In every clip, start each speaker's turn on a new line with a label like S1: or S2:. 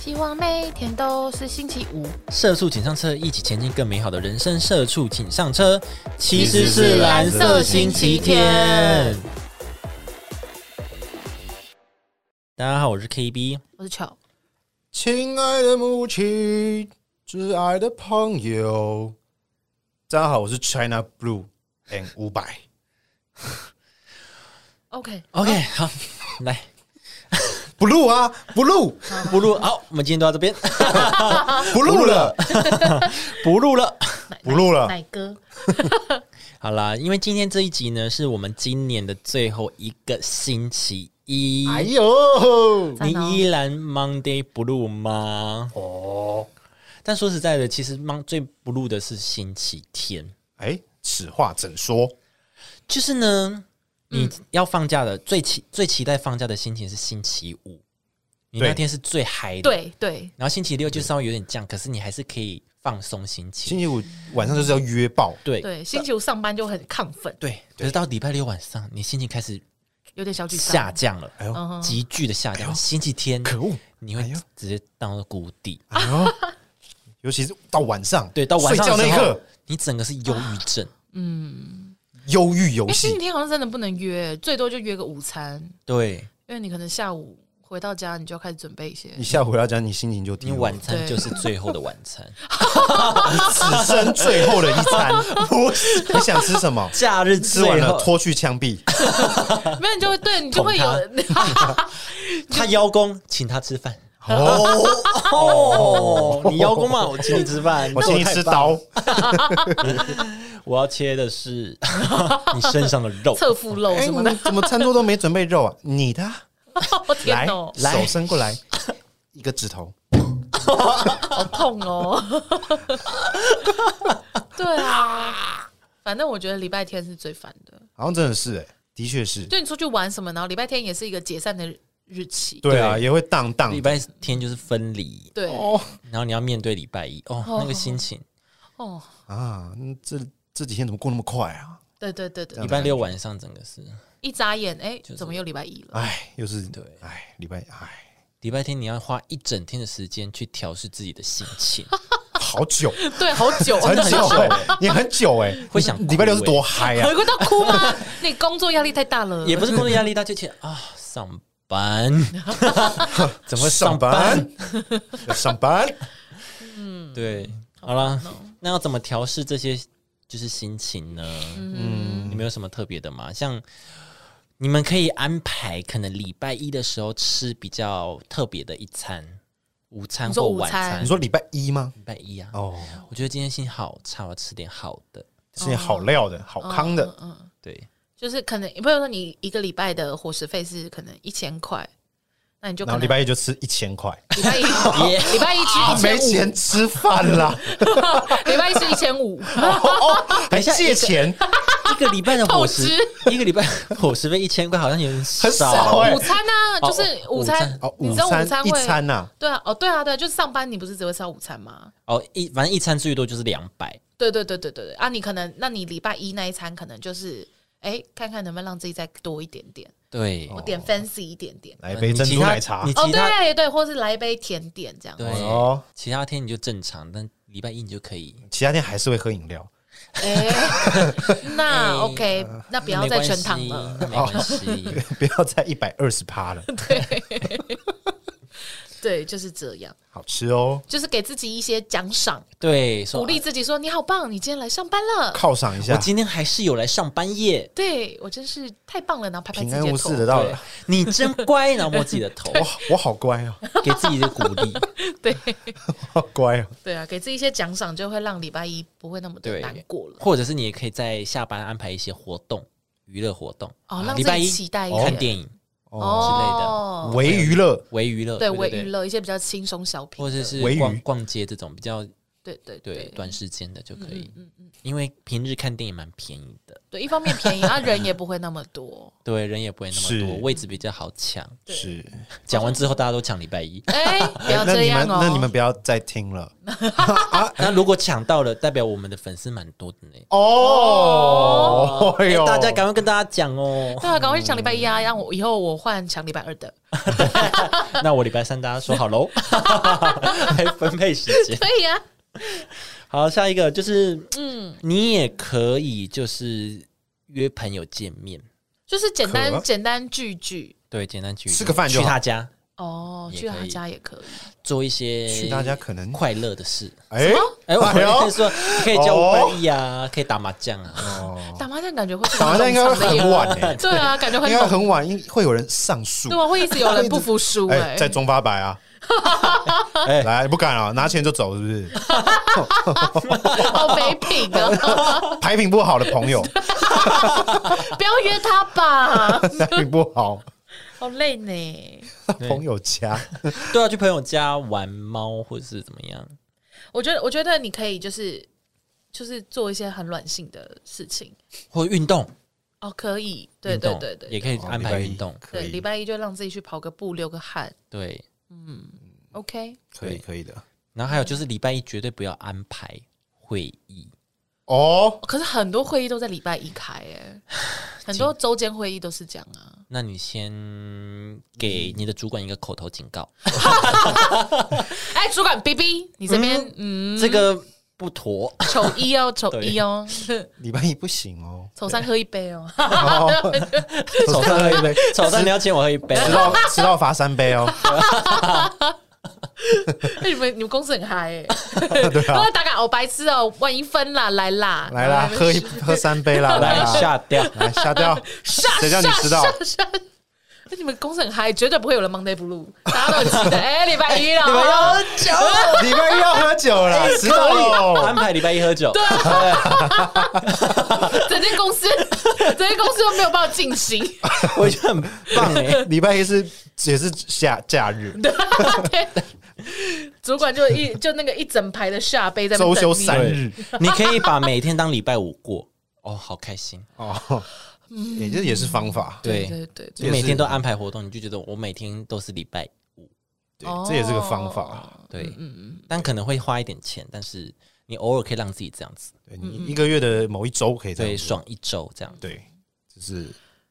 S1: 希望每天都是星期五。
S2: 社畜请上车，一起前进更美好的人生。社畜请上车，其
S1: 实是蓝色星期天。
S2: 大家好，我是 KB。
S1: 我是球，
S3: 亲爱的母亲，挚爱的朋友，大家好，我是 China Blue and 五百。
S1: OK，
S2: OK，好，啊来
S3: Blue 啊，Blue
S2: 不录，好，我们今天都到这边，
S3: 不录了，
S2: 不录了。
S3: 不录了。
S1: 奶哥，
S2: 好啦，因为今天这一集呢，是我们今年的最后一个星期一。
S3: 哎呦，
S1: 赞哦
S2: 你依然 Monday Blue 吗？
S3: 哦，
S2: 但说实在的，其实 Mon 最 Blue 的是星期天，
S3: 哎，此话怎说？
S2: 就是呢，你
S3: 嗯
S2: 要放假的、最期最期待放假的心情是星期五，你
S3: 对
S2: 那天是最嗨的，。
S1: 对对，
S2: 然后星期六就稍微有点降，可是你还是可以放松心情，
S3: 星期五晚上就是要约爆，
S2: 对
S1: 对，星期五上班就很亢奋，
S2: 对。可是到礼拜六晚上，你心情开始
S1: 有点小沮丧。
S2: 下降了，
S3: 哎呦
S1: 嗯哼
S2: 急剧的下降。
S3: 哎呦
S2: 星期天，
S3: 可恶！
S2: 你会直接到谷底。
S3: 哎呦，尤其是到晚上，
S2: 对，到晚上
S3: 睡觉
S2: 的时
S3: 那一
S2: 候
S3: 刻，，啊
S2: 你整个是忧郁症。
S3: 忧郁游
S1: 因
S2: 哎
S1: 为哎星期
S3: 戏，
S1: 天好像真的不能约，最多就约个午餐，
S2: 对
S1: 因
S3: 哎
S1: 为你可能下午回到家，你就要开始准备一些
S3: 你。下回到家，你心情就低
S2: 你
S3: 落
S2: 晚餐
S1: 对
S2: 就是最后的晚 餐，
S3: 此生最后的一餐， 不是你想吃什么？
S2: 假日
S3: 吃完
S2: 最
S3: 了
S2: 后
S3: 拖去枪 毙，
S1: 没有，你就会对你就会有，
S2: 他邀功，请他吃饭。
S3: 哦，
S2: 哦，你邀功嘛？ 我请你吃饭，
S3: 我请你吃刀，
S2: 我要切的是 你身上的肉。
S1: 侧腹肉
S3: 哎，
S1: 什么的
S3: 你。怎么餐桌都没准备 肉啊？你的啊
S1: 哦天
S3: 来
S1: 哦，
S2: 来
S3: 手伸 过来，一个指头，
S1: 好痛 哦。对啊，反正我觉得礼拜天是最烦的。
S3: 好像真的是哎，的确是，
S1: 就你出去玩什么，然后礼拜天也是一个解散的日期。
S3: 对啊，
S2: 对
S3: 也会荡 荡
S2: 礼拜天就是分离，
S1: 对
S3: 哦
S2: 然后你要面对礼拜一，哦，那个心情。
S1: 哦，
S3: 啊，嗯这这几天怎么过那么快啊？
S1: 对对对对
S2: 礼，拜六晚上整个是，
S1: 一眨眼，哎，怎么又礼拜一
S2: 啊
S1: 了？
S3: 哎，又是
S2: 对
S3: 哎，礼拜哎，
S2: 礼拜天你要花一整天的时间去调试自己的心 情，
S3: 好久，
S1: 对，好久，
S3: 很
S1: 真的
S3: 久哎，你很久哎，
S2: 会想哭
S3: 礼拜六是多嗨啊
S1: 回！归到哭吗？你工作压力太大了，
S2: 也不是工作压力大，就觉得啊上班，怎么会
S3: 上班？要上班，
S1: 嗯
S2: 对，好了，
S1: 哦
S2: 那要怎么调试这些就是心情呢？嗯，你们有什么特别的吗？像你们可以安排，可能礼拜一的时候吃比较特别的一餐，午餐
S1: 你说
S2: 或
S1: 午
S2: 晚
S1: 餐
S2: 餐。
S3: 你说礼拜一吗？
S2: 礼拜一啊？
S3: 哦，
S2: 我觉得今天心情好差，我要吃点好的。
S3: 是件好料
S2: 哦
S3: 的，好康
S2: 嗯
S3: 的，
S2: 对，
S1: 就是可能，比如说你一个礼拜的伙食费是可能一千块，那你就可
S3: 然后
S1: 能
S3: 礼拜一就吃一千块，
S1: 礼拜一 礼拜一
S3: 啊，
S1: 吃
S3: 没
S1: 一千
S3: 钱吃饭啦，
S1: 五，礼拜一吃一千 五，
S3: 哦还
S2: 下
S3: 借钱，
S2: 一个礼拜的伙食
S1: 透，
S2: 一个礼拜伙食费一千块，好像有点少。
S3: 很少哎
S1: 午餐呢、
S2: 哦
S1: 就是
S2: 午
S1: 午
S2: 餐
S1: 餐，
S3: 哦，
S1: 你
S3: 午
S1: 知道
S3: 餐
S1: 午餐
S3: 一
S1: 会
S3: 餐呐，
S1: 对啊，哦，对啊，对啊，就是上班你不是只会吃到午餐吗？
S2: 哦，一反正一餐最多就是两百。
S1: 对对对对对对啊！你可能，那你礼拜一那一餐可能就是，哎，看看能不能让自己再多一点点，
S2: 对，
S3: 哦
S1: 我点 fancy 一点点，
S3: 来杯珍
S2: 你其
S3: 珠
S2: 他
S3: 奶茶
S2: 你，
S1: 哦，
S2: 其
S1: 对
S2: 他
S1: 对对，或是来一杯甜点这样。
S2: 对
S3: 哦，
S1: 哎
S2: 其他天你就正常，但礼拜一你就可以
S3: 其他天还是会喝饮料，
S1: 哎，那
S2: 哎
S1: OK，那不要
S2: 没
S1: 再
S2: 关
S1: 全
S2: 系
S1: 糖了。
S2: 没关 系。
S3: 不要再一百二十趴了，
S1: 对，就是这样，
S3: 好吃哦，
S1: 就是给自己一些奖赏，
S2: 对，说啊
S1: 鼓励自己说你好棒，你今天来上班了。
S3: 犒赏一
S2: 我
S3: 下，
S2: 今天还是有来上班耶。
S1: 对我真是太棒了，然后拍拍
S3: 平
S1: 自
S3: 安
S1: 己
S3: 无
S1: 的
S3: 事
S1: 头。
S3: 的到
S2: 对
S3: 了，，
S2: 你真乖，然后摸自己的 头，
S3: 我好我好乖哦，
S2: 给自己的鼓励。
S1: 对
S3: 好乖哦，
S1: 对啊，给自己一些奖赏，就会让礼拜一不会那么的
S2: 对
S1: 难过了。
S2: 或者是你也可以在下班安排一些活动，娱乐活动。
S1: 哦
S2: 啊
S1: 让自己
S2: 礼拜一
S1: 期待一点
S2: 看电影
S1: 哦，
S3: 微娱乐
S2: 为娱乐，
S1: 对，
S2: 对
S1: 为
S2: 对
S1: 娱乐一些比较轻松小品
S2: 或
S1: 的，
S2: 者是
S3: 微娱
S2: 逛逛街这种比较
S1: 对对
S2: 对，
S1: 对，嗯
S2: 短时间的就可以，因为平日看电影蛮便宜的，
S1: 对，一方面便宜，啊，人也不会那么多。
S2: 对，人也不会那么
S3: 是
S2: 多，位置比较好抢。
S1: 对
S3: 是。
S2: 讲完之后大家都抢礼拜一，
S1: 哎，不要
S3: 那
S1: 这
S3: 你
S1: 样
S3: 们
S1: 哦。
S3: 那你们不要再 听了
S2: 那如果抢到了，代表我们的粉丝蛮多的呢。
S3: 哦。哎呦，
S2: 大家赶快跟大家讲哦。
S1: 对啊，赶快去抢礼拜一啊！让我以后我换抢礼拜二的。
S2: 那我礼拜三大家说好 喽，来分配时间。
S1: 对呀、
S2: 好，下一个就是，嗯，你也可以就是约朋友见面，
S1: 就是简
S3: 可
S1: 单
S3: 啊
S1: 简单聚聚
S2: 对，简单去
S3: 吃个饭就
S2: 去
S3: 好
S2: 他家
S1: 哦，
S2: 也
S1: 去
S2: 可
S1: 他
S2: 以
S1: 家也可以。
S2: 做一些
S3: 去大家可能
S2: 快乐的事。
S3: 哎
S2: 哎，我
S3: 哎呦
S2: 跟你说，可以叫五
S3: 哦
S2: 百亿啊，可以打麻将啊，
S3: 哦，
S1: 打麻将感觉会
S3: 打麻将应该会很晚诶，
S1: 对啊，感觉会
S3: 应该很晚，应会有人上诉
S1: 对。啊，会一直 有人不服输哎、
S3: 哎，在中发白啊，
S2: 哎
S3: 来不敢哦了，拿钱就走是不是？
S1: 好哦没品啊！
S3: 牌品不好的朋友，
S1: 不要约他吧，
S3: 牌品不好，
S1: 好累呢。
S3: 朋友家
S2: 对啊，去朋友家玩猫或者是怎么样，
S1: 我觉得，我觉得你可以就是就是做一些很软性的事情
S2: 或者运动，
S1: 哦，可以，对
S2: 运
S1: 对
S2: 动
S1: 对对，
S2: 也可以
S3: 哦
S2: 安
S3: 礼拜
S2: 排
S3: 一
S2: 运动，
S3: 可
S1: 对，礼
S3: 以，
S1: 拜一就让自己去跑个步、流个汗
S2: 对。
S1: ，OK。
S3: 可以，可以的。
S2: 然后还有就是礼拜一绝对不要安排会议，
S3: 哦，
S1: 可是很多会议都在礼拜一开哎，很多周间会议都是这样啊。
S2: 那你先给你的主管一个口头警告，
S1: 哎，主管 B B，你这边嗯，
S2: 这个不妥。
S1: 丑一哦，丑一哦，
S3: 礼拜一不行哦，
S1: 丑三喝一杯哦。
S3: 手上喝一杯，
S2: 早上你要请我喝一杯，
S3: 迟到迟到罚三杯哦。
S1: 你们你们公司很嗨哎，
S3: 对
S1: 然
S3: 啊
S1: 后，打卡哦，白痴哦，万一分啦，来啦，
S3: 来啦，喝一喝三杯啦，来
S2: 来
S3: 啦，
S2: 下掉。
S3: 来下掉，谁叫你迟到？
S1: 那你们公司很嗨，绝对不会有人 Monday Blue，大家都很期待。哎，礼拜一了，
S2: 礼拜一要喝酒，
S3: 礼拜一要喝酒啦，迟到
S2: 安
S3: 了。
S2: 排礼拜一喝酒。
S1: 整间公司，整间公司都没有办法进行。
S2: 我觉得很棒哎。
S3: 礼拜一是也是假假日，
S1: 对，主管就一就那个一整排的下杯在那边
S3: 周休
S1: 等你
S3: 三
S2: 对
S3: 日
S2: 你可以把每天当礼拜五过，哦，好开心。
S3: 哦，也这也是方法，
S1: 对对对
S2: 你每天都安排活动，你就觉得我每天都是礼拜五，
S3: 对，
S1: 嗯
S3: 这也是个方
S1: 哦
S3: 法。
S2: 对，嗯嗯，但可能会花一点钱，但是你偶尔可以让自己这样子，
S3: 对你一个月的某一周可以这
S2: 对，
S3: 样做，
S2: 爽一周这样。
S3: 对，就是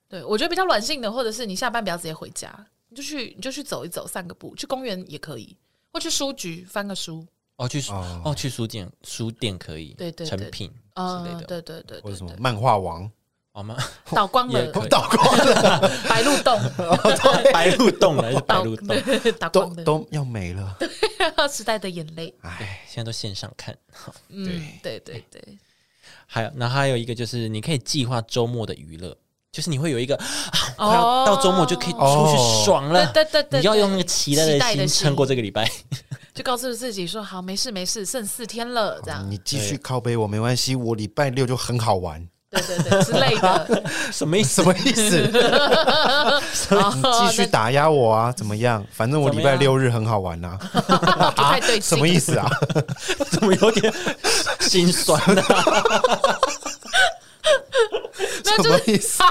S1: 对，我觉得比较软性的，或者是你下班不要直接回家，你就去你就去走一走，散个步，去公园也可以，或去书局翻个书。
S2: 哦，去
S3: 哦
S2: 哦，去书店，书店可以，
S1: 对对对
S2: 成品
S1: 啊、
S2: 之类的，哦
S1: 对对对
S3: 或
S1: 对
S3: 者哦什么
S1: 对，
S3: 漫画王，
S2: 好吗？
S1: 倒光
S2: 也
S1: 了，
S2: 可以
S3: 倒光了，
S1: 白鹿 洞，
S3: 哦
S2: 白鹿洞了，还是白
S1: 倒
S2: 鹿洞？
S1: 哦对 倒
S3: 都
S1: 光了，
S3: 都要没了，
S1: 时代的眼泪。
S3: 哎，
S2: 现在都线上看，
S1: 嗯，对对对，
S2: 还有，那还有一个就是，你可以计划周末的娱乐，就是你会有一个啊，快要到周末就可以出去爽了，
S1: 哦对对对对
S2: 你要用那个期待
S1: 期
S2: 的
S1: 待的
S2: 心
S1: 心
S2: 撑过这个礼拜。
S1: 就告诉自己说好，没事没事，剩四天了，这样。
S3: 你继续靠背我没关系，我礼拜六就很好玩，
S1: 对对对，之类 的，
S2: 什么意思
S3: 什？么意思？
S1: 然后
S3: 继续打压我啊？怎么样？反正我礼拜六日很好玩呐，啊
S1: 那就太对劲
S3: 什么意思啊？
S2: 怎么有点心酸呢、
S1: 那
S3: 什
S1: 就
S3: 么
S1: 是啊
S3: 意思？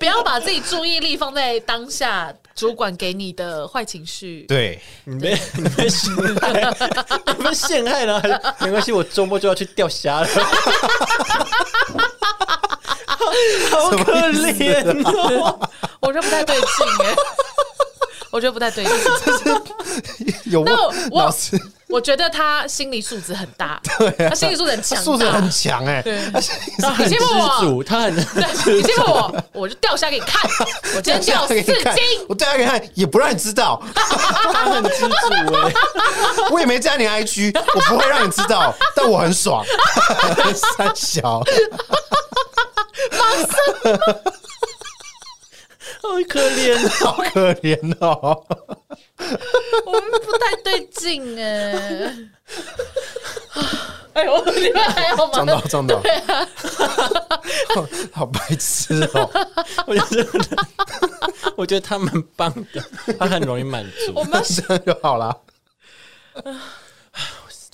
S1: 不要把自己注意力放在当下主管给你的坏情绪。
S3: 对，
S2: 你被 你被陷害，你被陷害了，还是没关系，我周末就要去钓虾了。好可怜哦！
S1: 我觉得不太对劲 耶，我觉得不太对劲。
S3: 有问
S1: 那我我
S3: 老师，
S1: 我觉得他心理素质很大，他心理素质很
S3: 他
S1: 强大，
S3: 啊素质很强哎，
S2: 他很
S1: 你
S2: 知
S1: 欺负我
S2: 足， 他很
S1: 对，你欺负我，我就掉下给你看。我今天掉四
S3: 给你看
S1: 斤，，
S3: 我大家看也不让你知道，
S2: 他很知足哎、
S3: 我也没加你 IG，我不会让你知道，但我很爽。 三小，
S2: 好可怜。
S3: 好可怜哦。
S1: 我们不太对劲哎。 哎呦，你们还 好
S3: 撞
S1: 吗
S3: 到？撞到，好好白痴哦！
S2: 我觉得，我觉得他蛮棒的，他很容易满足
S1: 我。们
S3: 这样就好啦。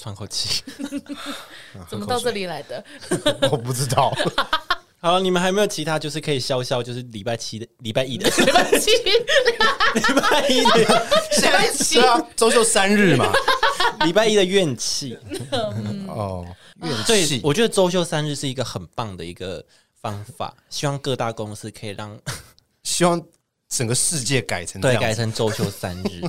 S2: 喘口气。
S1: 怎么到这里来的？
S3: 我不知 道，
S2: 好了，你们还没有其他就是可以消消，就是礼拜七的、礼拜一的、
S1: 礼拜七，
S2: 礼拜一的、
S1: 礼拜七
S3: 对，啊，周休三日嘛，
S2: 礼拜一的怨气。
S1: 嗯
S3: 哦，
S2: 对
S3: 怨气，，
S2: 我觉得周休三日是一个很棒的一个方法，希望各大公司可以 让
S3: 希望整个世界改成这
S2: 对
S3: 样，
S2: 改成周休三 日。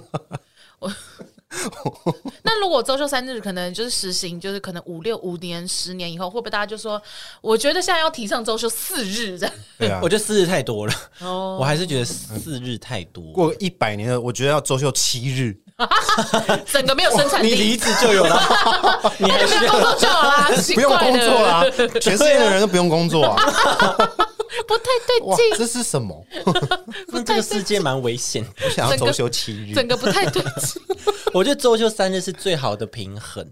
S1: 那如果周休三日可能就是实行，就是可能五六五年、十年以后，会不会大家就说，我觉得现在要提倡周休四日这样？
S3: 对啊
S2: 我，觉得四日太多了，
S1: 哦，
S2: 我还是觉得四日太多。
S3: 过一百年的，我觉得要周休七日，
S1: 整个没有生产
S2: 你
S1: 力
S2: 离，职就有 了， 你还
S1: 没
S2: 是
S1: 有工作就好啦，奇
S3: 不用
S1: 怪
S3: 工
S1: 了
S3: 作啦，全世界的人都不用工作啊！
S1: 不太
S3: 哇
S1: 对劲，，
S3: 这是什么？
S2: 那嗯这个世界蛮危险的。
S3: 我想要周休七日，
S1: 整个不太对劲。
S2: 我觉得周休三日是最好的平衡，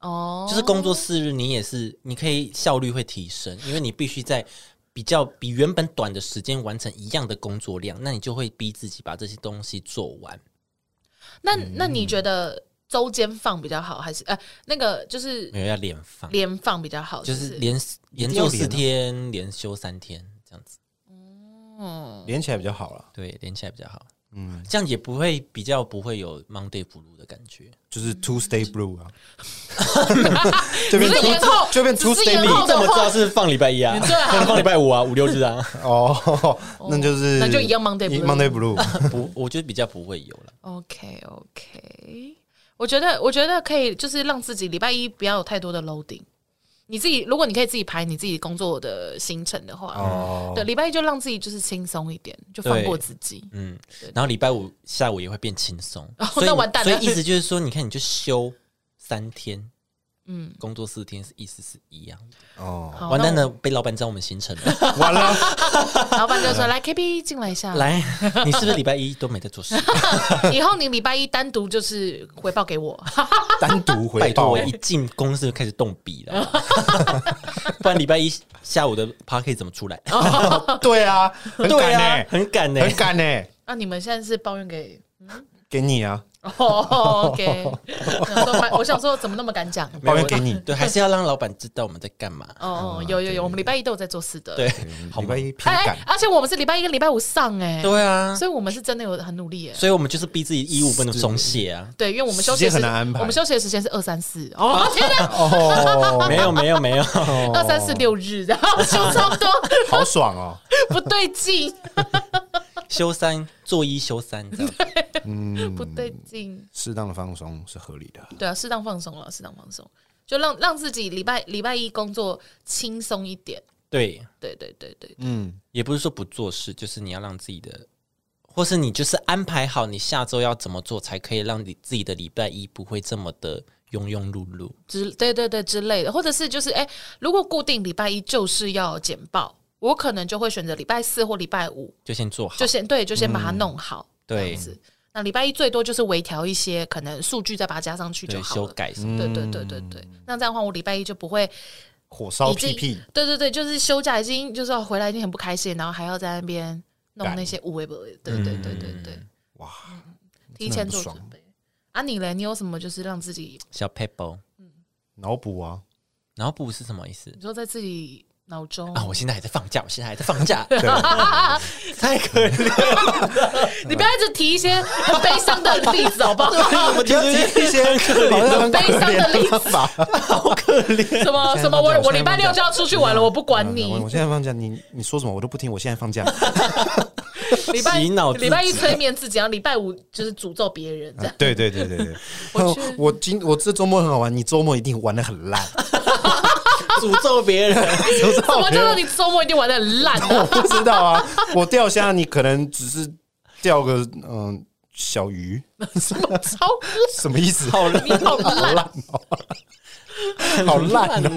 S1: 哦，
S2: 就是工作四日，你也是，你可以效率会提升，因为你必须在比较比原本短的时间完成一样的工作量，那你就会逼自己把这些东西做完。
S1: 那那你觉得周间放比较好，还是呃那个就是
S2: 没有要连放，
S1: 连放比较好？
S2: 就是
S1: 不
S2: 连连
S3: 一定要
S2: 做
S3: 连
S2: 四
S3: 啊
S2: 天，连休三天这样子，
S1: 嗯，
S3: 连起来比较好了。
S2: 对，连起来比较好。
S3: 嗯，
S2: 这样也不会比较不会有 Monday blue 的感觉。
S3: 就是 Tuesday Blue 啊， 就
S1: 只是延后
S3: 就变
S1: 只是
S3: Tuesday
S1: 延
S3: Me
S1: 后
S2: 你怎
S1: 的
S2: 么知
S1: 话
S2: 道，是放礼拜一啊？
S1: 对啊
S2: 可能放礼拜五啊，五六日啊。
S3: 哦，那就是
S1: 那就一样 Monday Blue
S3: Monday Blue，
S2: 不，我觉得比较不会有了。
S1: OK OK，我觉得我觉得可以，就是让自己礼拜一不要有太多的 loading。你自己，如果你可以自己排你自己工作的行程的话，
S3: 哦
S1: 对，礼拜一就让自己就是轻松一点，就放
S2: 对
S1: 过自己。
S2: 嗯，然后礼拜五下午也会变轻松，
S1: 哦
S2: 所以
S1: 那完蛋了
S2: 所以意思就是说，你看你就休三天，嗯，工作四天是意思是一样的。
S3: 哦，
S1: 好
S2: 完蛋，
S1: 那
S2: 了，被老板知道我们行程了。
S3: 完了，
S1: 我老板就说：“来 KB 进来一下，
S2: 来，你是不是礼拜一都没在做事？
S1: 以后你礼拜一单独就是回报给我。
S3: 单独
S2: 拜
S3: 回
S2: 托，
S3: 报
S2: 我，一进公司就开始动笔 了，不然礼拜一下午的 p a r k 怎么出来？
S3: 对啊， 很
S2: 对啊
S3: 赶，呢，
S2: 很赶呢。
S3: 很赶呢，”
S1: 那啊你们现在是抱怨给
S3: 给你啊，
S1: 哦，OK、o k 想说蛮，我想说怎么那么敢讲？
S2: 没有
S3: 抱怨给你
S2: 对，还是要让老板知道我们在干嘛。
S1: 哦，有有有，我们礼拜一都有在做事的。
S2: 对，好
S3: 嗯
S2: 吗
S3: 礼拜？一偏
S1: 哎，哎
S3: 赶，
S1: 而且我们是礼拜一跟礼拜五上哎、
S2: 对
S3: 嗯
S2: 啊，
S1: 所以我们是真的有很努力耶。
S2: 所以我们就是逼自己一五不能松懈 啊。
S1: 对，因为我们休息
S3: 时间很
S1: 时
S3: 难安排
S1: 我们休息的时间是二三四哦，天哪，
S3: 哦，
S2: 没有没有没有，
S1: 二三四六日，然后就差不多，
S3: 好爽哦，
S1: 不对劲，
S2: 休三做一休三这样。
S3: 嗯
S1: 不对劲。
S3: 适当的放松是合理的，
S1: 对啊，适当放松了，适当放松，就让让自己礼拜礼拜一工作轻松一点。
S2: 对，
S1: 对对对对，
S3: 嗯，
S2: 也不是说不做事，就是你要让自己的，或是你就是安排好你下周要怎么做，才可以让你自己的礼拜一不会这么的庸庸碌碌。
S1: 之对对对之类的，或者是就是哎、如果固定礼拜一就是要简报，我可能就会选择礼拜四或礼拜五，
S2: 就先做好
S1: 就，先对，就先
S3: 嗯
S1: 把它弄好，
S2: 对
S1: 这样子。那礼拜一最多就是微调一些可能数据，再把它加上去就
S2: 对，
S1: 好
S2: 修
S1: 了。
S2: 改什么。
S1: 对对对对
S2: 嗯
S1: 对，那这样的话，我礼拜一就不会
S3: 火烧
S1: 已经
S3: 屁屁，
S1: 对对对，就是休假已经就是回来已经很不开心，然后还要在那边弄那些无为不为，对对对对对，
S2: 嗯
S3: 哇，
S1: 提前做准
S3: 真的很不爽
S1: 备。啊，你嘞？你有什么就是让自己，
S2: 小 paper，
S3: 脑补啊，
S2: 然后不是什么意思
S1: 你说在自己脑中
S2: 啊？我现在还在放假，我现在还在放 假，
S3: 对，
S2: 太可怜了。
S1: 你不要一直提一些很悲伤的例子，好不 好？
S2: 我 觉得
S3: 一些好像很可
S1: 悲伤的例
S3: 怜的
S1: 子
S3: 法。
S1: 什么什么，我我礼拜六就要出去玩
S2: 嗯
S1: 了，我不管你。
S3: 我现在放假，你你说什么我都不听，我现在放假。
S1: 礼拜
S2: 洗脑自己
S1: 礼拜一催眠自己，然后礼拜五就是诅咒别人 这样。
S3: 对对对对对，
S1: 我去
S3: 我今我这周末很好玩，你周末一定玩的很烂。
S2: 诅咒别人。
S3: 什
S1: 什么叫 做你周末一定玩的很 烂
S3: 我
S1: 啊？
S3: 不知道啊，我钓虾，你可能只是钓个嗯小鱼，
S1: 什么超
S3: 什么意思？哦
S2: 好烂
S1: 你好烂，
S3: 好烂
S2: 呢、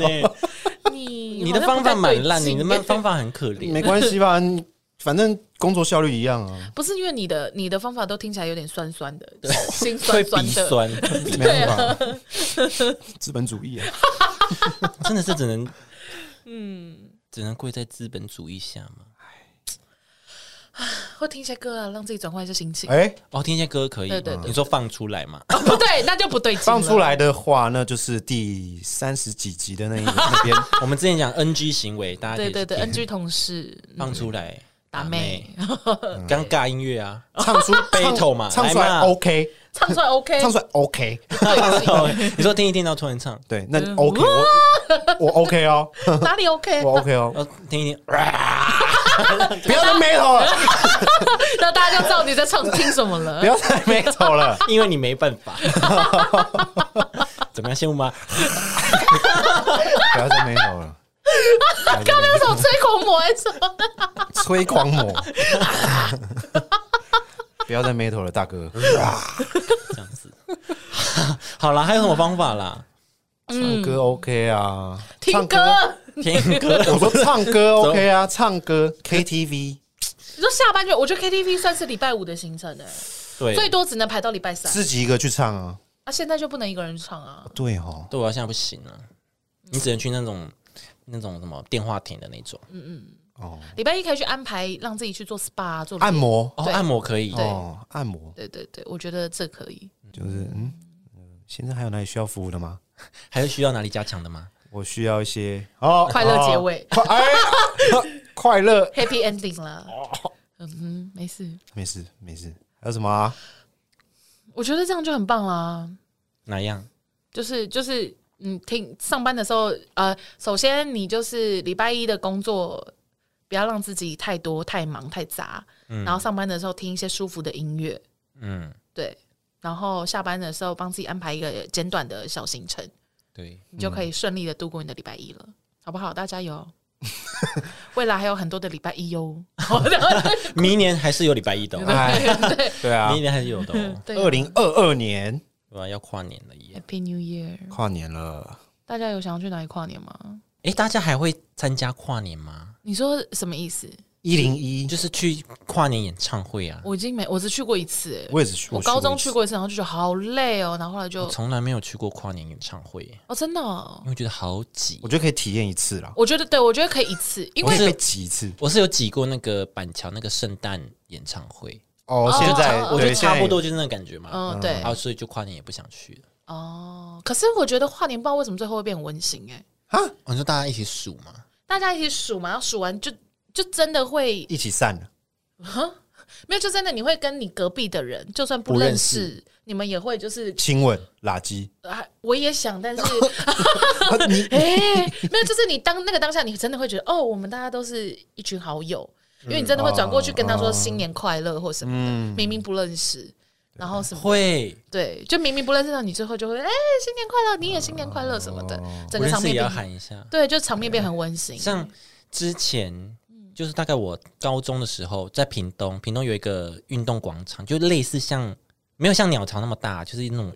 S1: 你
S2: 你的方法蛮烂，
S1: 好像
S2: 你
S1: 不太对劲哎嗯
S2: 的方方法很可怜。
S3: 没关系吧？你反正工作效率一样啊，
S1: 不是因为你的你的方法都听起来有点酸酸的，心
S2: 会
S1: 酸
S2: 鼻
S1: 的。
S2: 酸，
S3: 没办法，资本主义啊。
S2: 真的是 只能，嗯，
S1: 嗯
S2: 只能跪在资本主义下嘛。
S1: 会听一些歌啊，让自己转换一下心情。
S3: 哎，
S2: 哦，听一些歌可以吗，
S1: 对对对
S2: 你说放出来嘛？
S1: 哦不对，那就不对劲了。
S3: 放出来的话，那就是第三十几集的那一 那边。
S2: 我们之前讲 NG 行为，大家可以
S1: 对对对，NG
S2: 去听
S1: 同事
S2: 放出来
S1: 嗯打妹，嗯
S2: 尴尬音乐啊，
S3: 唱出
S2: Battle 嘛
S3: 唱出
S2: 来
S3: 来
S2: 嘛
S3: OK，
S1: 唱出来 OK，
S3: 唱出来 OK，
S2: 你说听一听到突然唱，
S3: 对，那
S1: 嗯
S3: OK 我我 OK 哦，
S1: 哪里 OK？
S3: 我 OK 哦，
S2: 哦，听一听，
S3: 不要再 metal 了，
S1: 那大家就知道你在唱听什么了
S3: 不。要再 metal 了，
S2: 因为你没办法，怎么样羡慕吗？
S3: 不要再 metal 了，
S1: 刚那首吹狂魔还是什么？
S3: 催狂魔， 不要再 metal 了，大哥，啊
S2: 这样子，好啦，还有什么方法啦？
S3: 唱歌 OK 啊，
S1: 听
S3: 唱
S1: 歌，
S2: 听歌，
S3: 我说唱歌 OK 啊，唱歌 KTV
S1: 你说下班就，我觉得 KTV 算是礼拜五的行程哎、
S2: 对，
S1: 最多只能排到礼拜三。
S3: 自己一个去唱啊，
S1: 啊，现在就不能一个人唱啊。
S3: 对哦，
S2: 对我现在不行了，你只能去那种那种什么电话亭的那种，
S3: 哦，
S1: 礼拜一可以去安排，让自己去做 SPA 做
S3: 按。摩
S2: 哦，
S1: 对
S2: 按摩可以，
S1: 对
S3: 哦，按摩
S1: 对对对，我觉得这可以。
S3: 就是嗯，现在还有哪里需要服务的吗？
S2: 还有需要哪里加强的吗？
S3: 我需要一些哦，
S1: 快乐结尾
S3: 哦快哎，快乐
S1: Happy ending 啦。
S3: 哦
S1: 嗯哼，没事，
S3: 没事没事，还有什么啊？
S1: 我觉得这样就很棒啦。
S2: 哪样？
S1: 就是就是，嗯，听上班的时候，呃，首先你就是礼拜一的工作，不要让自己太多、太忙、太杂。
S3: 嗯
S1: 然后上班的时候听一些舒服的音乐，
S2: 嗯，
S1: 对。然后下班的时候帮自己安排一个简短的小行程，
S2: 对，
S1: 你就可以顺利的度过你的礼拜一了，好不好？大家加 油！未来还有很多的礼拜一哦哟。好的，
S2: 明年还是有礼拜一的哦，
S3: 哎，对啊
S2: 明，年还是有的哦，
S1: 对啊
S3: 二零二二年
S2: 对吧？要跨年了耶！
S1: Happy New Year！
S3: 跨年了，
S1: 大家有想要去哪里跨年吗？
S2: 哎，大家还会参加跨年吗？
S1: 你说什么意思？
S3: 一零一，
S2: 就是去跨年演唱会啊，
S1: 我已经没，我只去过一次、欸，
S3: 我也只去，
S1: 我
S3: 过
S1: 高中
S3: 一次
S1: 去，过一次，然后就觉得好累哦，然后后来就
S2: 我从来没有去过跨年演唱会耶，
S1: 哦，真的哦、
S2: 因为觉得好挤
S3: 我。觉得可以体验一次啦，
S1: 我觉得对，我觉得可以一次，因
S3: 我
S1: 为
S3: 也被挤一次
S2: 我是有挤过那个板桥那个圣诞演唱会，
S3: 哦。现在
S1: 哦
S2: 我觉
S3: 对
S2: 得差不多
S3: 现
S2: 就是那个感觉嘛。
S1: 嗯，对
S2: 然，后所以就跨年也不想去了。
S1: 哦，可是我觉得跨年不知道为什么最后会变很温馨哎、
S2: 我哦说大家一起数嘛，
S1: 大家一起数嘛，然后数完就就真的会
S3: 在一起散了，
S1: 没有，就真的你会跟你隔壁的人，就算不
S2: 不认
S1: 认识，你们也会就是
S3: 亲吻垃圾，
S1: 啊，我也想，但是 哎、没有，就是你当那个当下，你真的会觉得哦，我们大家都是一群好友，因为你真的会转过去跟他
S2: 嗯
S1: 说新年快乐或什么的，明明不认识，然后什么
S2: 会
S1: 对，就明明不认识到你之后，就会哎、新年快乐，你也新年快乐什么的，整个
S2: 不哦认
S1: 场
S2: 识
S1: 面
S2: 也要
S1: 变
S2: 喊一下。
S1: 对，就场面变很温馨。
S2: 像之前
S1: 嗯
S2: 就是大概我高中的时候，在屏东，屏东有一个运动广场，就类似像没有像鸟巢那么大，就是那种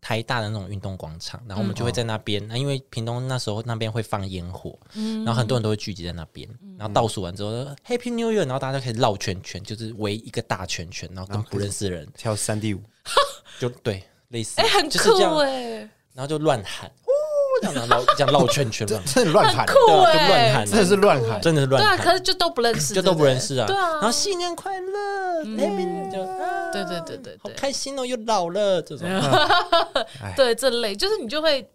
S2: 台大的那种运动广场。然后
S1: 嗯
S2: 我们就会在那边，那、因为屏东那时候那边会放烟火，
S1: 嗯
S2: 然后很多人都会聚集在那边，然后倒数完之后、Happy New Year，然后大家就开始绕圈圈，就是围一个大圈圈，然后跟不认识的人
S3: 跳三 D 舞，
S2: 就对。类似，
S1: 哎、很
S2: 就是这样
S1: 酷哎、
S2: 然后就乱喊，哦，这样然后绕这样绕圈圈， 乱喊
S3: 真的乱喊，
S1: 酷
S2: 对啊，就
S1: 欸
S2: 乱喊，
S3: 真的是乱喊，
S2: 真的是
S1: 对
S2: 乱
S1: 啊，
S2: 喊，
S1: 可是就都不认识，
S2: 就都不认识啊。
S1: 对啊，嗯
S2: 然后新年快乐，Happy 就啊
S1: 对对对对
S2: 好
S1: 对
S2: 开心哦，又老了这种。
S1: 对这类，就是你就会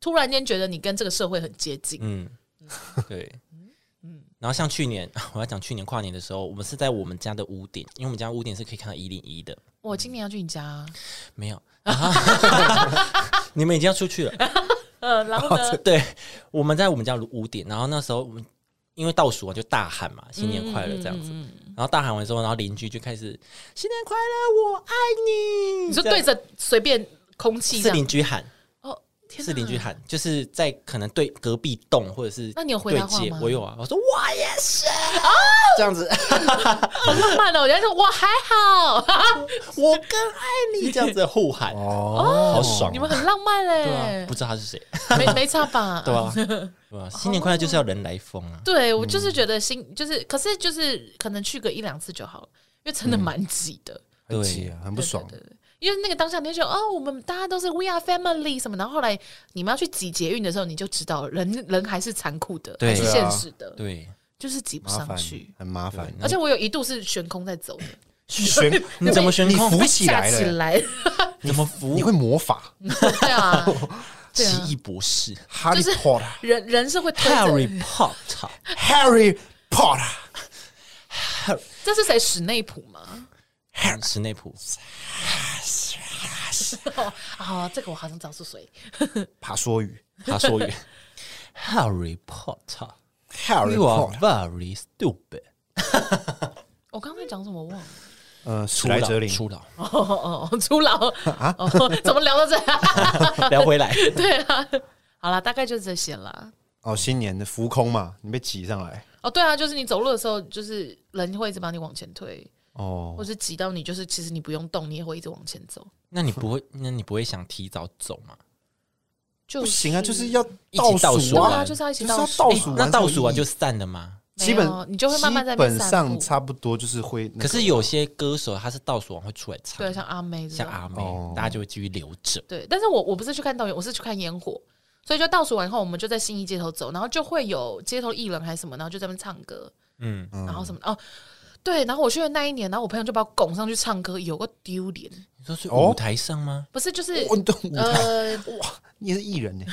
S1: 突然间觉得你跟这个社会很接近。
S2: 嗯，对，
S1: 嗯
S2: 然后像去年， 我要讲去年跨年的时候，我们是在我们家的屋顶，因为我们家屋顶是可以看到一零一的，
S1: 我今年要去你家，啊
S2: 没有。你们已经要出去了，
S1: 呃， 然后呢？
S2: 对，我们在我们家屋顶，然后那时候我们因为倒数啊完就大喊嘛，新年快
S1: 嗯
S2: 乐这样子，然后大喊完之后，然后邻居就开始新年快乐，我爱你，
S1: 你说
S2: 这样
S1: 对着随便空气这
S2: 是
S1: 样
S2: 邻居喊，
S1: 哦，天哪
S2: 是邻居喊，就是在可能对隔壁栋或者是
S1: 那你有回
S2: 对
S1: 答话
S2: 街
S1: 吗
S2: 我有啊，我说我也是这样子，
S1: 好浪漫哦！我人家说我还好，
S2: 我更爱 你这样子互喊，
S3: 哦，
S2: 好爽
S1: 你
S2: 哦，
S1: 们很浪漫
S2: 对
S1: 哎
S2: 啊，不，知道他 是谁，
S1: 没没差吧？
S2: 对啊，对啊，新年快乐就是要人来疯啊，
S1: 对我就是觉得心就是，可是就是可能去个一两次就好了，因为真的蛮挤的，
S2: 嗯
S3: 很挤啊，很不
S1: 对
S3: 爽，
S1: 对对对因为那个当下你就觉得哦，我们大家都是 we are family 什么，然后后来你们要去挤捷运的时候，你就知道人人还是残酷的，
S2: 对啊
S1: 还是现实的。
S2: 对，嗯
S1: 就是挤不
S3: 麻
S1: 上
S3: 烦
S1: 去，，
S3: 很麻烦。
S1: 而且我有一度是悬空在走的，
S3: 悬
S2: 你怎么悬
S3: 你
S2: 空
S3: 浮
S1: 被
S3: 起
S1: 架
S3: 来
S1: 起
S3: 了，
S1: 来，
S2: 怎么服
S3: 你会魔法，
S1: 对啊，对
S2: 奇
S1: 啊
S2: 异博士
S3: 哈利
S1: 就是
S3: 波特
S1: 人人是会推着。
S2: Harry Potter，
S3: ，Harry Potter，
S1: 这是谁？史内普吗？
S2: 嗯史内普，
S1: 啊，这个我好像找出谁。
S3: 爬梭语
S2: 他说语 Harry Potter。
S3: ，Harry
S2: You are
S3: Potter，
S2: very stupid。
S1: 我刚才讲什么我忘了。
S3: 嗯，史
S2: 初
S3: 莱
S2: 老，
S3: 哲林，
S2: 初老，
S1: 哦哦哦，初老啊、哦，怎么聊到这、 啊？
S2: 聊 回来，
S1: 对啊，好啦，大概就是这些啦。
S3: 哦，新年的浮空嘛，你被挤上来，
S1: 哦，对啊，就是你走路的时候，就是人会一直把你往前推，
S3: 哦，
S1: 或是挤到你，就是其实你不用动，你也会一直往前走。
S2: 那你不会，那你不会想提早走吗？
S1: 就
S3: 不
S1: 是、
S3: 行啊，就是要
S2: 一起倒
S3: 数
S2: 数
S1: 对
S2: 啊
S1: 啊，就是要一起
S3: 就是
S1: 倒
S3: 要
S1: 数
S3: 倒
S2: 哎
S3: 数完才有意义，
S2: 那倒数完就散了吗？
S1: 没
S3: 基
S1: 有
S3: 本
S1: 你就会慢慢在
S3: 基
S1: 那边
S3: 本
S1: 散步
S3: 上差不多就是会那个，
S2: 可是有些歌手他是倒数完会出来唱，
S1: 对，像阿啊妹这
S2: 像
S1: 种，
S2: 阿妹
S3: 哦，
S2: 大家就会继续留着。
S1: 对，但是我我不是去看导演，我是去看烟火，所以就倒数完以后，我们就在信义街头走，然后就会有街头艺人还是什么，然后就在那边唱歌，
S2: 嗯，
S1: 然后什么的哦，对，然后我去的那一年，然后我朋友就把我拱上去唱歌，有个丢脸，
S2: 你说是
S3: 哦
S2: 舞台上吗？
S1: 不是就是
S3: 我你懂舞台
S1: 呃，
S3: 哇，你也是艺人呢，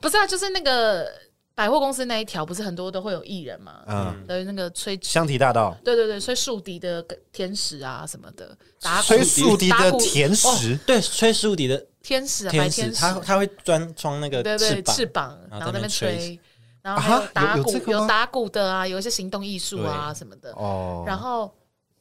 S1: 不是啊，就是那个百货公司那一条，不是很多都会有艺人嘛，
S3: 嗯，
S1: 对，那个吹。
S3: 香缇 大道，
S1: 对对对，吹竖笛的天使啊什么的，打鼓
S3: 吹竖笛
S1: 打
S3: 的
S1: 鼓哦
S3: 甜食，
S2: 对，吹竖笛的
S1: 天使啊，白
S2: 天
S1: 天
S2: 使，
S1: 使，
S2: 他他会钻装那个
S1: 对对
S2: 翅膀，
S1: 翅膀，然
S2: 然后
S1: 后在那
S2: 在那边
S1: 边
S2: 吹
S1: 吹，然后还有
S3: 啊
S1: 打
S3: 有有
S1: 鼓，
S3: 这个吗
S1: 有打鼓的啊，有一些行动艺术啊什么的。
S3: 哦，
S1: 然后，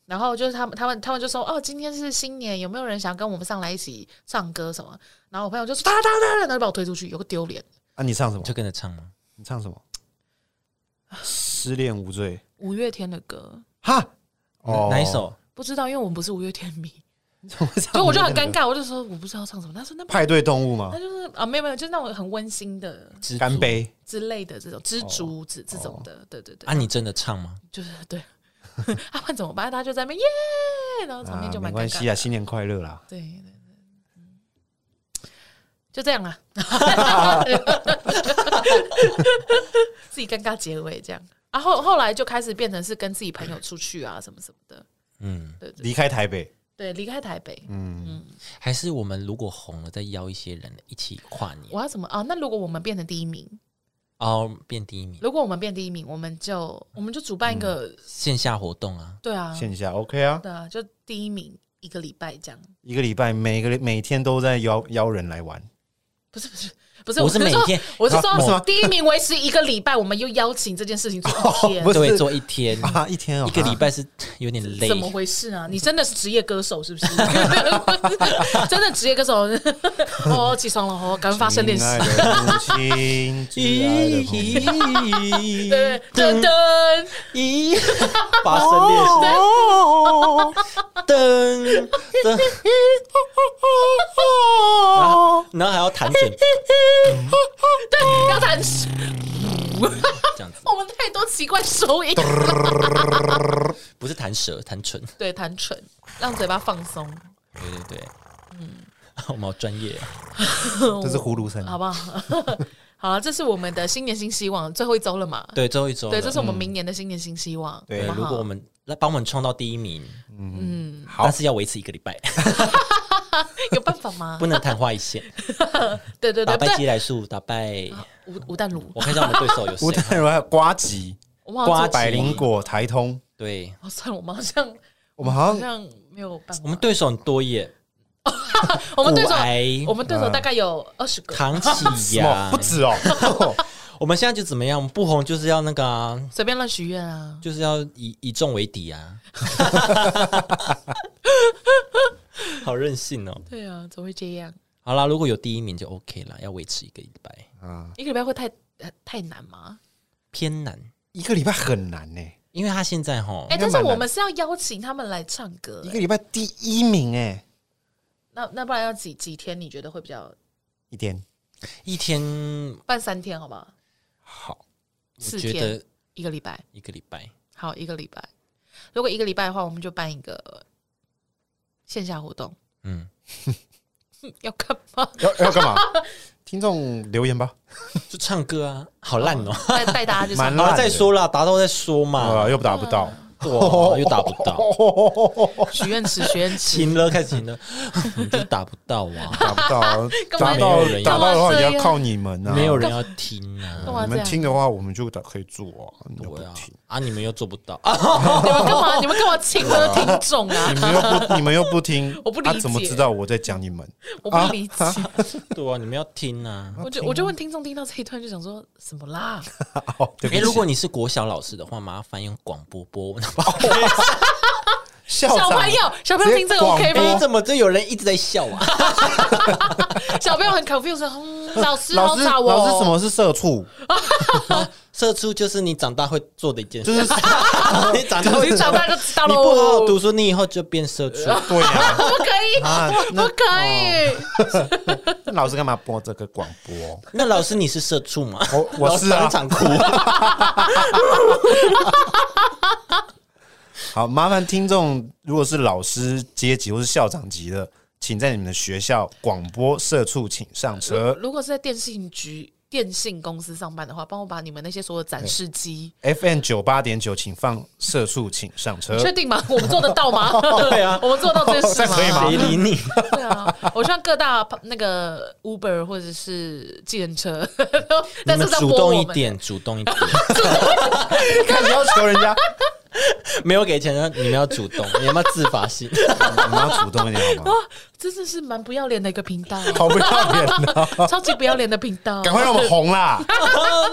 S1: 然后就是他们，他们，他们就说，哦，今天是新年，有没有人想跟我们上来一起唱歌什么？然后我朋友就说，他他他，然后就把我推出去，有个丢脸，
S3: 啊，你唱什么
S2: 你就？跟着唱吗？
S3: 你唱什么？
S1: 啊
S3: 失恋无罪，
S1: 五月天的歌。
S3: 哈，哦
S2: 哪一？首？
S1: 不知道，因为我们不是五月天 迷，
S3: 你怎么会唱
S1: 所以我就很
S3: 那
S1: 尴
S3: 个
S1: 尬，我就说我不知道唱什么。他说那
S3: 派对动 物嘛
S1: 那，就是啊，没有没有，就是那种很温馨的
S2: 知足
S3: 干杯，
S1: 之类的这种知足这这种的，对对对
S2: 啊！。你真的唱吗？
S1: 就是对， 阿换怎么办？大家就在那边耶，然后场面就蛮
S3: 没
S1: 尴
S3: 关
S1: 尬
S3: 系
S1: 的。
S3: 啊，新年快乐啦！
S1: 对对对，嗯就这样啊啦， 自己尴尬结尾这样。然后后来就开始变成是跟自己朋友出去啊，什么什么的。
S2: 嗯，
S1: 对对
S3: 离开台北，
S1: 对，离开台北，
S3: 嗯
S2: 还是我们如果红了，再邀一些人一起跨年，
S1: 我要怎么啊？那如果我们变成第一名，
S2: 哦，变第一名，
S1: 如果我们变第一名，我们就我们就主办一个，
S3: 嗯
S2: 线下活动啊，
S1: 对啊，
S3: 线下 OK 啊，
S1: 对啊，就第一名一个礼拜这样。
S3: 一个礼拜，每个每天都在邀邀人来玩，
S1: 不是不是不是，
S2: 我
S1: 我
S2: 是
S1: 说
S2: 每天
S1: 我是
S3: 啊为什么
S1: 说第一名维持一个礼拜，我们又邀请这件事情做一 天，
S3: 不是
S2: 对，做一天，
S3: 啊，一天哦，
S2: 一个礼
S3: 啊
S2: 拜是有点累
S1: 怎，么回事啊？你真的是职业歌手是 不是？真的职业歌手 哦，起床了哦，赶快
S3: 啊
S1: 发声练习
S3: 亲。爱的母亲，挚爱
S1: 对
S2: 咦
S3: 的朋友
S1: 对，噔噔，
S2: 咦，发声练习，噔噔，然后然后还要弹准
S1: 对，要弹。
S2: 这样子，
S1: 我们太多奇怪收 音，
S2: 不是弹舌，弹唇，
S1: 对，弹唇，让嘴巴放松，
S2: 对对对，嗯，我们好专业啊，
S3: 这是葫芦声，
S1: 好不好？好了，这是我们的新年新希望，最后一周了嘛？
S2: 对，最后一周了，
S1: 对，这是我们明年的新年新希望。
S3: 对
S1: 好不
S2: 对，如
S1: 好
S2: 果我们来帮我们冲到第一名，
S1: 嗯，
S3: 好
S2: 但是要维持一个礼拜，
S1: 有办法吗
S2: 不？能昙花一现，
S1: 对对
S2: 打
S1: 对，
S2: 败
S1: 对
S2: 鸡来素，打败，
S1: 吴吴淡如，
S2: 我看一下我们对手有
S3: 吴
S2: 谁，
S3: 淡如还有瓜吉、
S1: 我忘
S2: 瓜
S1: 了
S2: 子
S3: 百灵果、台通，
S2: 对
S1: 哦，算了，我们好像
S3: 我们好
S1: 好
S3: 像
S1: 像没有办法。
S2: 我们对手很多耶，
S1: 我们对手
S2: 骨，癌
S1: 我们对手大概有二十个，
S2: 唐启
S3: 什么
S2: 阳
S3: 不，止哦，
S2: 我们现在就怎么样？我们不红就是要那个、啊，
S1: 随便乱许愿啊。
S2: 就是要以以众为敌啊！ 好任性哦！
S1: 对啊，怎么会这样？
S2: 好啦，如果有第一名就 OK 啦，要维持一个礼拜，
S3: 啊，
S1: 一个礼拜会太呃太难吗？
S2: 偏难，
S3: 一个礼拜很难呢，
S2: 因为他现在哈，
S1: 哎，
S3: 应该
S1: 但
S3: 蛮
S1: 是
S3: 难
S1: 我们是要邀请他们来唱歌
S3: 一，个
S1: 哎
S3: 礼拜第一名哎，
S1: 那那不然要几几天？你觉得会比较
S3: 一天
S2: 一天
S1: 办三天好吗？
S3: 好，
S2: 我
S1: 四
S2: 觉
S1: 天
S2: 得
S1: 一个礼拜，
S2: 一个礼拜，
S1: 好，一个礼拜。如果一个礼拜的话，我们就办一个线下活动，
S2: 嗯，
S1: 要干嘛？
S3: 要 要干嘛？听众留言吧，
S2: 就唱歌啊，好烂哦！
S1: 带带大家去
S3: 蛮
S1: 唱
S2: 好
S1: 歌。
S2: 了，
S3: 烂的
S2: 再说啦，达到再说嘛，
S3: 啊，又打不到，
S2: 哇，又达不 到，
S1: 许愿池，许愿池，
S2: 停了，开始停 了，我们就达不到 啊，
S3: 打不到，
S1: 干
S3: 打
S1: 嘛
S3: 到
S2: 没有人
S3: 打到的话
S1: 干嘛这
S3: 也
S1: 样
S3: 要靠你们啊，
S2: 没有人要听啊
S1: 干，嘛
S3: 你
S1: 这
S3: 们
S1: 样？
S3: 听的话，我们就打可以做啊，你又不
S2: 对啊
S3: 听，
S2: 啊，你们又做不 到啊，
S1: 你们干嘛？你们干嘛请这个听众 啊
S3: 你？们又不你们又不听，
S1: 我不理
S3: 他
S1: 解
S3: 怎么知道我在讲你们？
S1: 我不理解。
S2: 对啊，你们要听啊。
S1: 我就我就问听众，听到这一段就想说什么啦？
S3: 哦，对
S2: 哎、
S3: 不起，
S2: 如果你是国小老师的话，麻烦用广播播。
S3: 校
S1: 小
S3: 长
S1: 朋友，小朋友听这个 OK
S2: 哎、
S1: 吗？
S2: 怎么这有人一直在笑 啊？
S1: 小朋友很 confused，嗯，老师
S3: 老
S1: 好
S3: 师
S1: 找我，
S3: 老师什？么是社 畜？
S2: 哦社畜就是你长大会做的一件事，
S3: 就是
S2: 你长大会
S1: 你长大就知道
S2: 你
S1: 了。
S2: 不好好读书，你以后就变社畜。
S3: 对呀，
S1: 不可以，
S3: 啊那
S1: 不可以。
S3: 那老师干嘛播这个广播？
S2: 那老师你是社畜吗？
S3: 我我是啊
S2: 老师当场哭。
S3: 好，麻烦听众，如果是老师阶级或是校长级的，请在你们的学校广播社畜，请上车。
S1: 如果是在电信局、电信公司上班的话，帮我把你们那些所有展示机，
S3: FM 九八点九，请放社畜，请上车。
S1: 确定吗？我们做得到吗？
S2: 对啊
S1: 我们做得到这件事吗？
S3: 可以 吗
S2: 谁理你？
S1: 对啊，我希望各大那个 Uber 或者是计程车 都
S2: 你
S1: 在
S2: 们
S1: 路上
S2: 主
S1: 播
S2: 动
S1: 我
S2: 一
S1: 们。
S2: 点，主动一点，
S3: 你看你要求人家，
S2: 没有给钱的，你们要主动，你们要自发 性。
S3: 你们要主动一点好吗？
S1: 啊真的是蛮不要脸的一个频道，啊
S3: 好不要脸的，
S1: 超级不要脸的频道。
S3: 赶快让我们红 啦！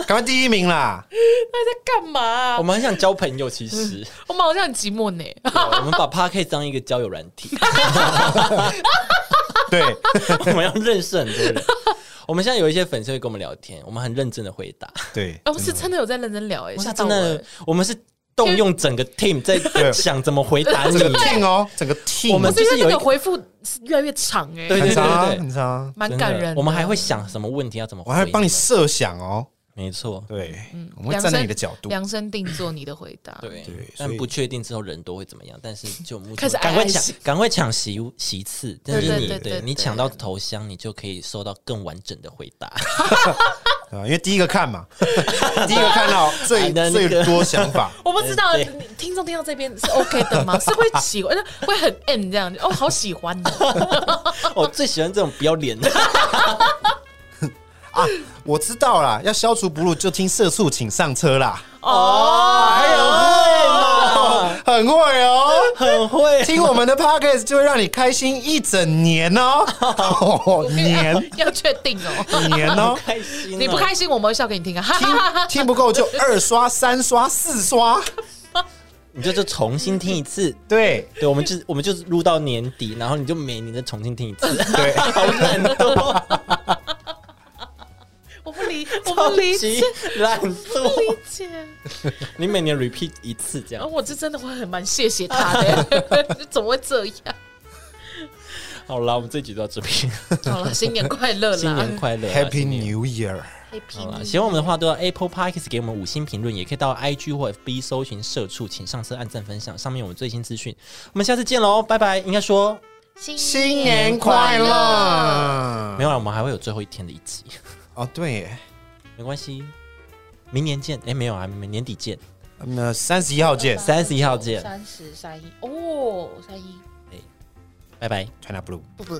S3: 赶快第一名啦！
S1: 他在干嘛啊、
S2: 我
S1: 我
S2: 们很想交朋友，其实
S1: 们好像很寂寞呢。
S2: 对我们把 p a r k 当一个交友软体。
S3: 对，
S2: 我们要认识很多人。我们现在有一些粉丝会跟我们聊天，我们很认真的回答，
S3: 对，
S2: 哦
S1: 我们哦是真的有在认真聊哎、
S2: 嗯我
S1: 吓
S2: 是
S1: 到
S2: 真
S1: 我
S2: 的
S1: 欸。，
S2: 我们是动用整个 team 在想怎么回答你
S3: 整。个 team 哦，整个 team，
S2: 我们
S1: 是因为
S2: 就是有
S1: 那
S2: 一
S1: 个回复是越来越长哎、
S2: 对
S3: 很长啊
S2: 对对对
S3: 很长啊，
S1: 蛮
S2: 真的
S1: 感人的。
S2: 我们还会想什么问题要怎么回
S3: 我
S2: 应，
S3: 还帮你设想哦。
S2: 没错，
S3: 对，
S2: 嗯
S3: 我们会站在你的角度。
S1: 量身定做你的回答。
S2: 对
S3: 对所以
S2: 但不确定之后人多会怎么样，但是就目前
S1: 开始
S2: 赶快
S1: 爱爱
S2: 抢
S1: 心，
S2: 赶快抢席席次，但是
S1: 对
S2: 你
S1: 对对对
S2: 你
S1: 对
S2: 抢到头香，你就可以收到更完整的回答。
S3: 啊，因为第一个看 嘛，第一个看到最
S2: 哎那那
S3: 最
S2: 个
S3: 多想法，
S1: 我不知道
S2: 对
S1: 你听众听到这边是 OK 的 吗？是会喜欢，会很 M 这样哦，好喜欢哦。
S2: 我最喜欢这种不要脸的，
S3: 啊我知道啦，要消除不入就听社畜，请上车啦。
S2: 哎哦，
S3: 很会哦，
S2: 很会
S3: 听我们的 podcast 就会让你开心一整年 哦，年
S1: 要确定哦。
S3: 年哦。
S2: 开心哦，
S1: 你不开心，我们会笑给你听啊！哈
S3: 听
S1: 哈哈
S3: 听不够就二刷、三刷、四刷，
S2: 你就就重新听一次。
S3: 对
S2: 对，我们就我们就是录到年底，然后你就每年再重新听一次，
S3: 对，
S2: 好懒惰，
S1: 我不理，我不理解，
S2: 懒
S1: 不
S2: 惰。
S1: 理解。
S2: 你每年 repeat 一次这
S1: 然后
S2: 样，
S1: 哦我这真的会很蛮谢谢他的， 怎么会这样？
S2: 好啦，我们这集就到这边，
S1: 好了，新年快乐啦！
S2: 新年快乐啊
S3: ，Happy
S2: 新年
S3: New Year！
S1: Happy
S2: 好啦，
S1: New
S2: 喜欢我们的话都要 Apple Podcast 给我们五星评论，也可以到 IG 或 FB 搜寻社畜，请上车按赞分享，上面有我们最新资讯。我们下次见喽，拜拜。应该说
S1: Year
S3: 新年快乐
S2: 没！有啦，我们还会有最后一天的一集，
S3: 哦，对耶，
S2: 没关系，明年见。哎，没有啊，明年底见，
S3: 那三十一号见
S2: 三十一号见，
S1: 三十三一哦，三一
S2: 拜拜。
S3: ，China Blue。
S1: 不不。